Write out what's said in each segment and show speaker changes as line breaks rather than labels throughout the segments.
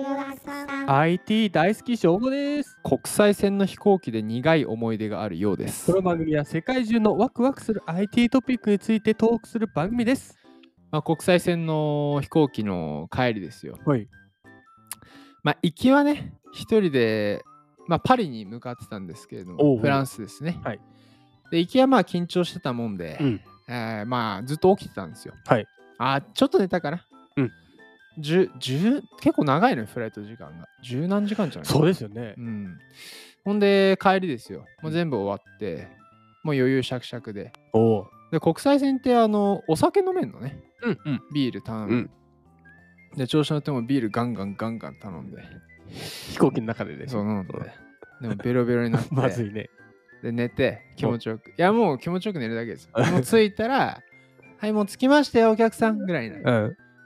ん。
IT 大好き翔吾です。
国際線の飛行機で苦い思い出があるようです
この番組は世界中のワクワクする IT トピックについてトークする番組です。
まあ、国際線の飛行機の帰りですよ
はい。
まあ行きはね一人で、まあ、パリに向かってたんですけれ
お
ど
うお
も
う
フランスですね、
はい
で行きはまあ緊張してたもんで、
うん
えーまあずっと起きてたんですよ
はい
あーちょっと寝たかな
うん
10 10結構長いのよフライト時間が十何時間じゃない
そうですよね
う。ん、ほんで帰りですよもう全部終わってもう余裕しゃくしゃくで
おお。
で国際線ってあのお酒飲めんのね
うんうん。
ビール頼む、
うん
で調子乗ってもビールガンガンガンガン頼んで
飛行機の中でね。
そう飲んででもベロベロになって
まずいね。
で寝て気持ちよくいやもう気持ちよく寝るだけですよもう着いたらはいもう着きましたよお客さんぐらいな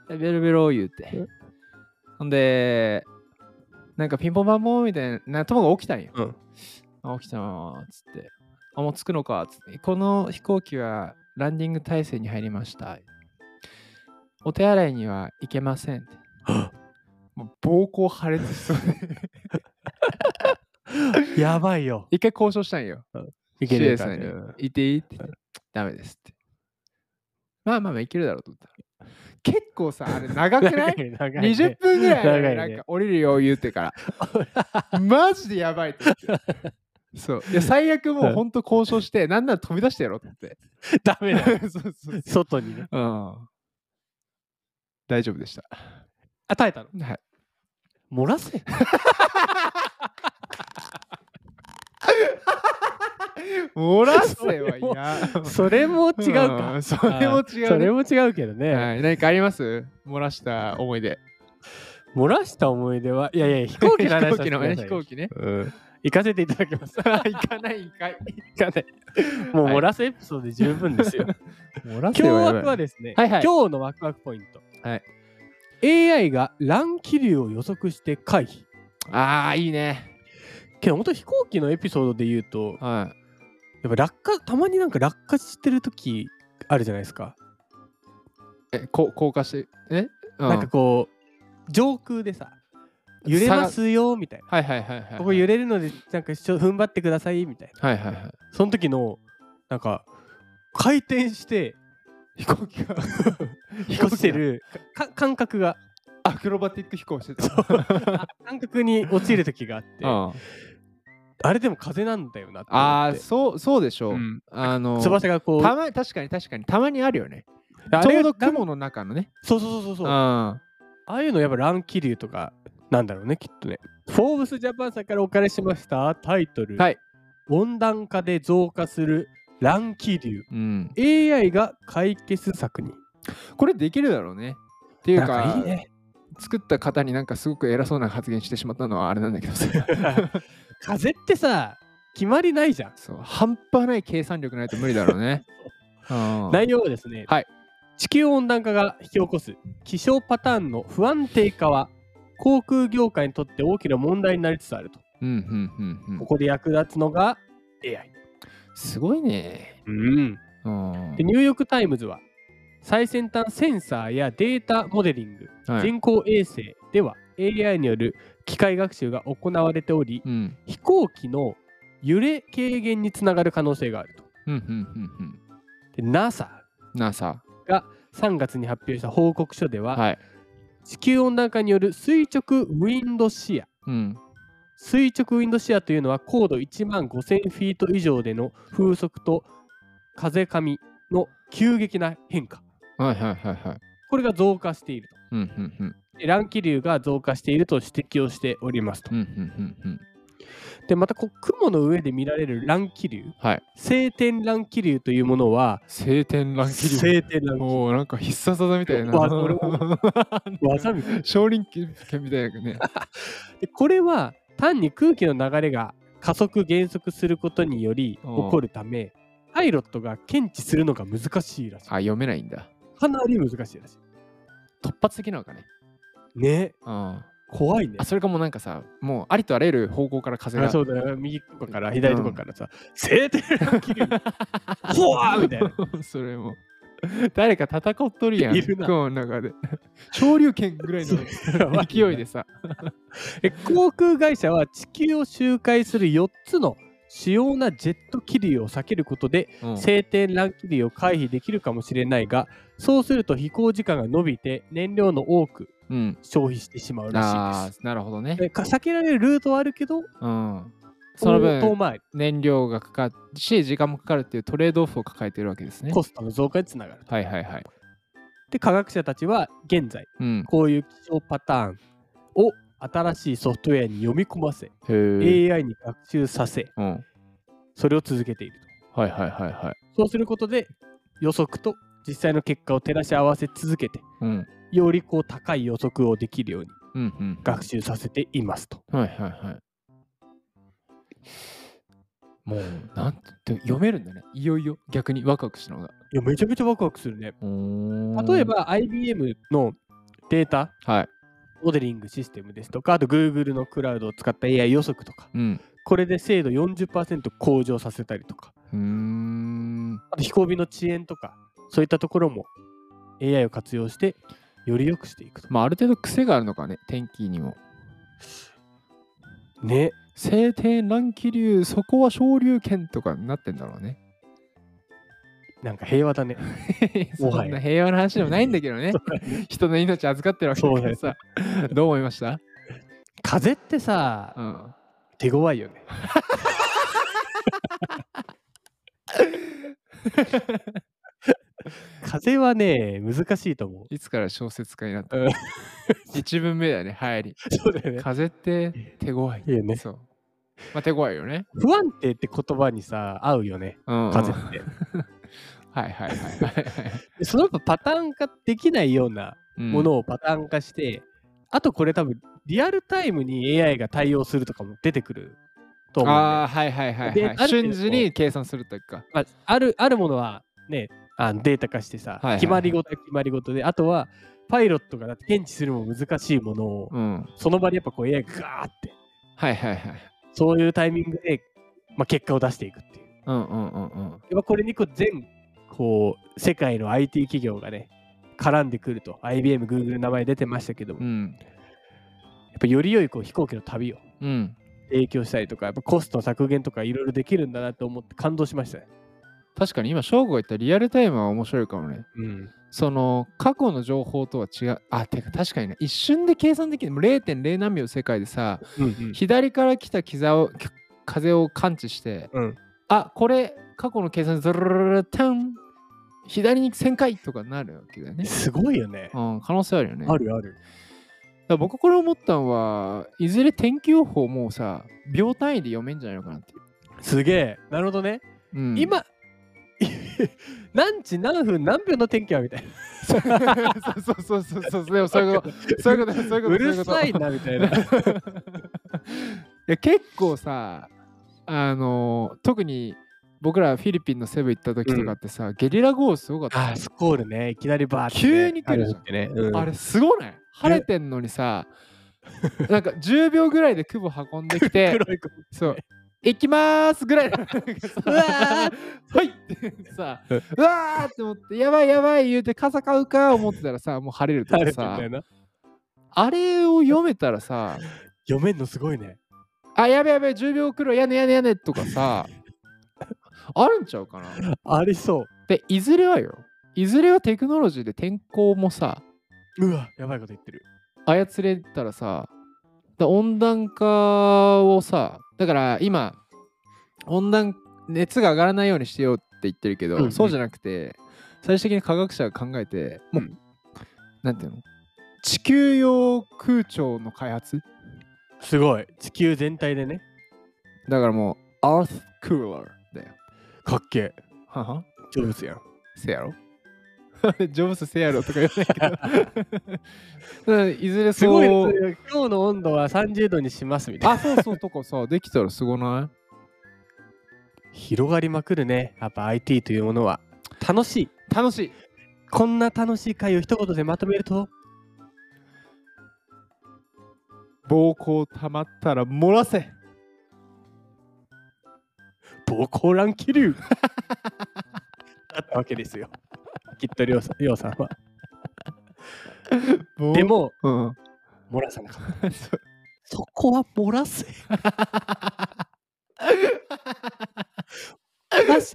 うん。
でベロベロ言うて
うん
ほんでなんかピンポンパンポンみたいなともが起きたんよ
うん。
あ、起きたなーっつって。あ、もう着くのかっつって。この飛行機はランディング体制に入りました。お手洗いには行けませんって。もう膀胱破裂しそうで。
やばいよ。
一回交渉したんよ。
いけるか
CS さん
ね
に。いていいって。ダメですって。まあまあまあいけるだろうと思った。結構さ、あれ長くない
長いね
?20 分ぐらいだよね
長いね
なんか降りるよ言う てから。マジでやばいと思って。そういや最悪もうほんと交渉して、なんなら飛び出してやろうって。
ダメだよ。
そうそうそ う
外にね。
うん。大丈夫でした。
あ、耐えたの
はい。
漏らせ。
漏らせ
それ
は
も
や。
それも 違う
う
か。
んそれも違うね
それも違うけどね。
はい、何かあります漏らした思い出。
漏らした思い出は、いや いや、飛行機の話は
飛行機のね、飛行
機。
機ね。
うん。行かせていただき ます。
行かないんかい。
がね、もう
はい
漏らすエピソードで十分 ですよ。
漏ら
今日枠はですね、
はいはい
今日のワクワクポイント。
はい
AI が乱気流を予測して回避。
ああ、いいね。
けど本当飛行機のエピソードで言うと、
は
やっぱ落下、たまになんか落下してる時あるじゃないですか。
い。え、こ高架して、え、う
なんかこう、上空でさ、揺れますよみたいな。
はいはいはいはい。
ここ揺れるので、なんかちょ踏ん張ってくださいみたいな。
はいはいはい。
その時の、なんか、回転して、
飛行機 が。飛
落ちて。るかか感覚が、
アクロバティック飛行してた。
あ 感覚に陥る時があって。
あ
あれでも風なんだよなって思
あ
っ
ー、
て。
そう、そうでしょう。
うん
あのー、
翼がこう、
たま確かに確かにたまにあるよね
あ
ち
れ
ょ
が
うど雲の中のね
そうそうそうそう。あ
あ
あいうのやっぱ乱気流とかなんだろうね、きっとね。フォーブスジャパンさんからお借りしましたタイトル。
はい
温暖化で増加する乱気流。
うん、
AI が解決策に。
これできるだろうねっていうか
なんかいいね。
作った方になんかすごく偉そうな発言してしまったのはあれなんだ けどさ
風ってさ、決まりないじゃん。
そう半端ない計算力ないと無理だろ うね、うん
内容はですね、
はい
地球温暖化が引き起こす気象パターンの不安定化は航空業界にとって大きな問題になりつつあると。
うんうんうんう
こ
ん
こで役立つのが AI。
すごいね、
うん、
うん
でニューヨーク・タイムズは最先端センサーやデータモデリング、
はい
人工衛星では AI による機械学習が行われており
うん
飛行機の揺れ軽減につながる可能性があると。
うんうんうんうん
で NASA
NASA
3月に発表した報告書では、
はい、
地球温暖化による垂直ウィンドシア
うん、
垂直ウィンドシアというのは高度1万5000フィート以上での風速と風上の急激な変化
はいはいはいはい
これが増加している
うんうんうん
と乱気流が増加していると指摘をしておりますと
うんうんうんうん
でまたこう雲の上で見られる乱気流
はい
晴天乱気流というものは
晴天ランキリ
晴天乱気
もうなんか必殺技みたいな
わ俺も技みたいな
少林拳みたいなね。
でこれは単に空気の流れが加速減速することにより起
うん
こるためパイロットが検知するのが難しいらしい
あ、読めないんだ。
かなり難しいらしい
突発的なのかね。
ね
うん
怖いね
あ、それかもうなんかさ、もうありとあらゆる方向から風
あ
が。
そうだよ右とか から左とかからさ「晴天乱気流怖っ!」みたいな
それも。誰か戦っとるやん。
いるな
雲の中で。昇竜拳 ぐらいの 勢いでさ。
え航空会社は地球を周回する4つの主要なジェット気流を避けることで
うん
晴天乱気流を回避できるかもしれないがそうすると飛行時間が延びて燃料の多く
うん。
消費してしまうらしい
あ
で
あ、なるほどね
す。えか避けられるルートはあるけど
うん。その
遠
分、
回り
燃料がかかるし、時間もかかるっていうトレードオフを抱えてるわけですね。
コストの増加につながると
はいはいはい。
で科学者たちは現在
うん。
こういう気象パターンを新しいソフトウェアに読み込ませ、
へえ。
AI に学習させ
うん。
それを続けていると
はいはいはいはい。
そうすることで予測と実際の結果を照らし合わせ続けて
うん。
よりこう高い予測をできるように
うんうん。
学習させていますと。
はいはいはい。もう、なんて、読めるんだね。いよいよ、逆にワクワクしたのが。
いやめちゃめちゃワクワクするね。
例
例え、ば IBM のデータ
はい。
モデリングシステムですとかあと Google のクラウドを使った AI 予測とか
うん。
これで精度40%向上させたりとか
うーん。
あと飛行便の遅延とかそういったところも AI を活用してより良くしていくと。
まあ、ある程度癖があるのかね、天気にも。
ね。
晴天乱気流、そこは昇竜拳とかになってんだろうね。
なんか平和だね。
そ
もはや
んな平和な話でもないんだけど ね。人の命預かってるわけだからさ。どう思いました
風ってさ
うん。
手強いよね。風はね、難しいと思う。
いつから小説家になった
うん
一文目だよね、流行り。
そうだよね。
風って手強い。
いいよね
そう。まあ手強いよね。
不安定って言葉にさ、合うよね、
うん、うん。
風
はい
って。
はいはいはい。
でその分パターン化できないようなも
を。
のをパターン化して、あとこれ多分リアルタイムに AI が対応するとかも出てくると思うんだよね
ああ、はいはいは
で
い、
ある
はい。
程度
瞬時に計算するというか。
まあ、あるあるものはねあデータ化してさ、
はいはいはい
決まり事は決まり事であとはパイロットがだって検知するも難しいものを、
うん。
その場でやっぱこう AI がガーって
はいはいはい。
そういうタイミングで、まあ、結果を出していくっていう
うんうんうんうん。
やっぱこれにこう全こう世界の IT 企業がね絡んでくると IBM、Google の名前出てましたけども、や
う
っ
ん。
ぱより良いこう飛行機の旅を
うん。
提供したりとかやっぱコスト削減とかいろいろできるんだなと思って感動しましたね。
確かに今、翔吾が言ったリアルタイムは面白いかもね。
うん、
その過去の情報とは違う。あ、てか確かにね、一瞬で計算できる。もう0.0何秒の世界でさ、
うんうん
左から来た膝をき風を感知して、
うん
あこれ過去の計算でズルルルルタン左に旋回とかなるわけだよね。
すごいよね。
うん、可能性あるよね。
あるある。
だから僕これ思ったのは、いずれ天気予報もさ、秒単位で読めんじゃないのかなっていう。
すげえ。なるほどね。
うん、
今、 何時何分何秒の天気はみたいな。
そうそうそうそうそう、でもそういうこと、そういうこと、そういうこと。
うるさい
そういうこ
なみた
と
いな。
いや結構さ、あの特に僕らフィリピンのセブ行った時とかってさ、ゲリラ豪雨すごかったよね
あー、スコールね。いきなりバーって、ね。
急に来るじゃん
ってね。うん
あれすごない晴れてんのにさ、 なんか10秒ぐらいで雲運んできて、
黒い子。
そう、行きまーすぐらい の。なんかさ
うわー
はいってさ、
うん
うわーって思って、やばいやばい言うて、傘買うか思ってたらさ、もう晴れると
晴れ
か
てん
さ
だ、よな。
あれを読めたらさ、
読めんのすごいね。
あ、やべやべ、10秒くる、やねやねやねとかさ、あるんちゃうかな。
ありそ
で、いずれはよ、いずれはテクノロジーで天候もさ、
う。うわ、やばいこと言ってる。
操れたらさだ温暖化をさだから今温暖熱が上がらないようにしてようって言ってるけど、
うんうん
そうじゃなくて最終的に科学者が考えてもう、
うん
なんていうの地球用空調の開発
すごい。地球全体でね。
だからもう Earth Cooler だよ
かっけえ。
はは
ジョブズやん。
せやろ ジョブスせやろとか言わ ないけど だからいずれ
すごい
そう
ね、今日の温度は30度にしますみたいな。
あそうそうとかさできたらすごない
広がりまくるね。やっぱ IT というものは。楽しい。
楽しい
こんな楽しい回を一言でまとめると。
暴行たまったら漏らせ
暴行乱気流だったわけですよ。きっとりょうさんりょうさんは。
棒
で、も、
うん、
漏らさなかった。そこは漏ら せ。漏らし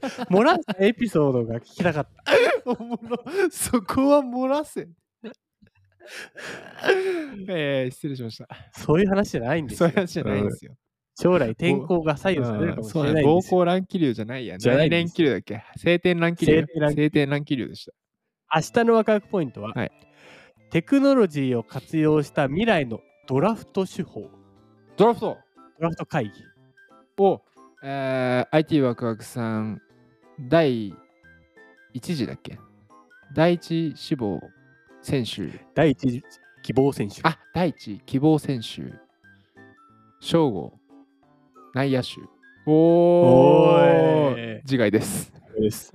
漏らしたエピソードが聞きたかった。
おもろそこは漏 らせ。えー、失礼しました。
そういう話じゃないんです
そう
よ
いう。話じゃないんですよ。
将来天候が左右されるかもし
そう
れ
だ
な
ね
いん
暴
ですよ。
行乱気流じゃないや。
じゃない
何
んです
乱気流だっけ晴天乱気流
晴天乱気。流
晴天乱気流でした。
明日のワクワクポイントは、
はい
テクノロジーを活用した未来のドラフト手法、ド
ドラフト
ラフト会議。
を、えー、IT ワクワクさん第1次だっけ第一志望選手
第一希望選手。
あ第一希望選手正吾内野手お
お
ー
ーい
自害です
です。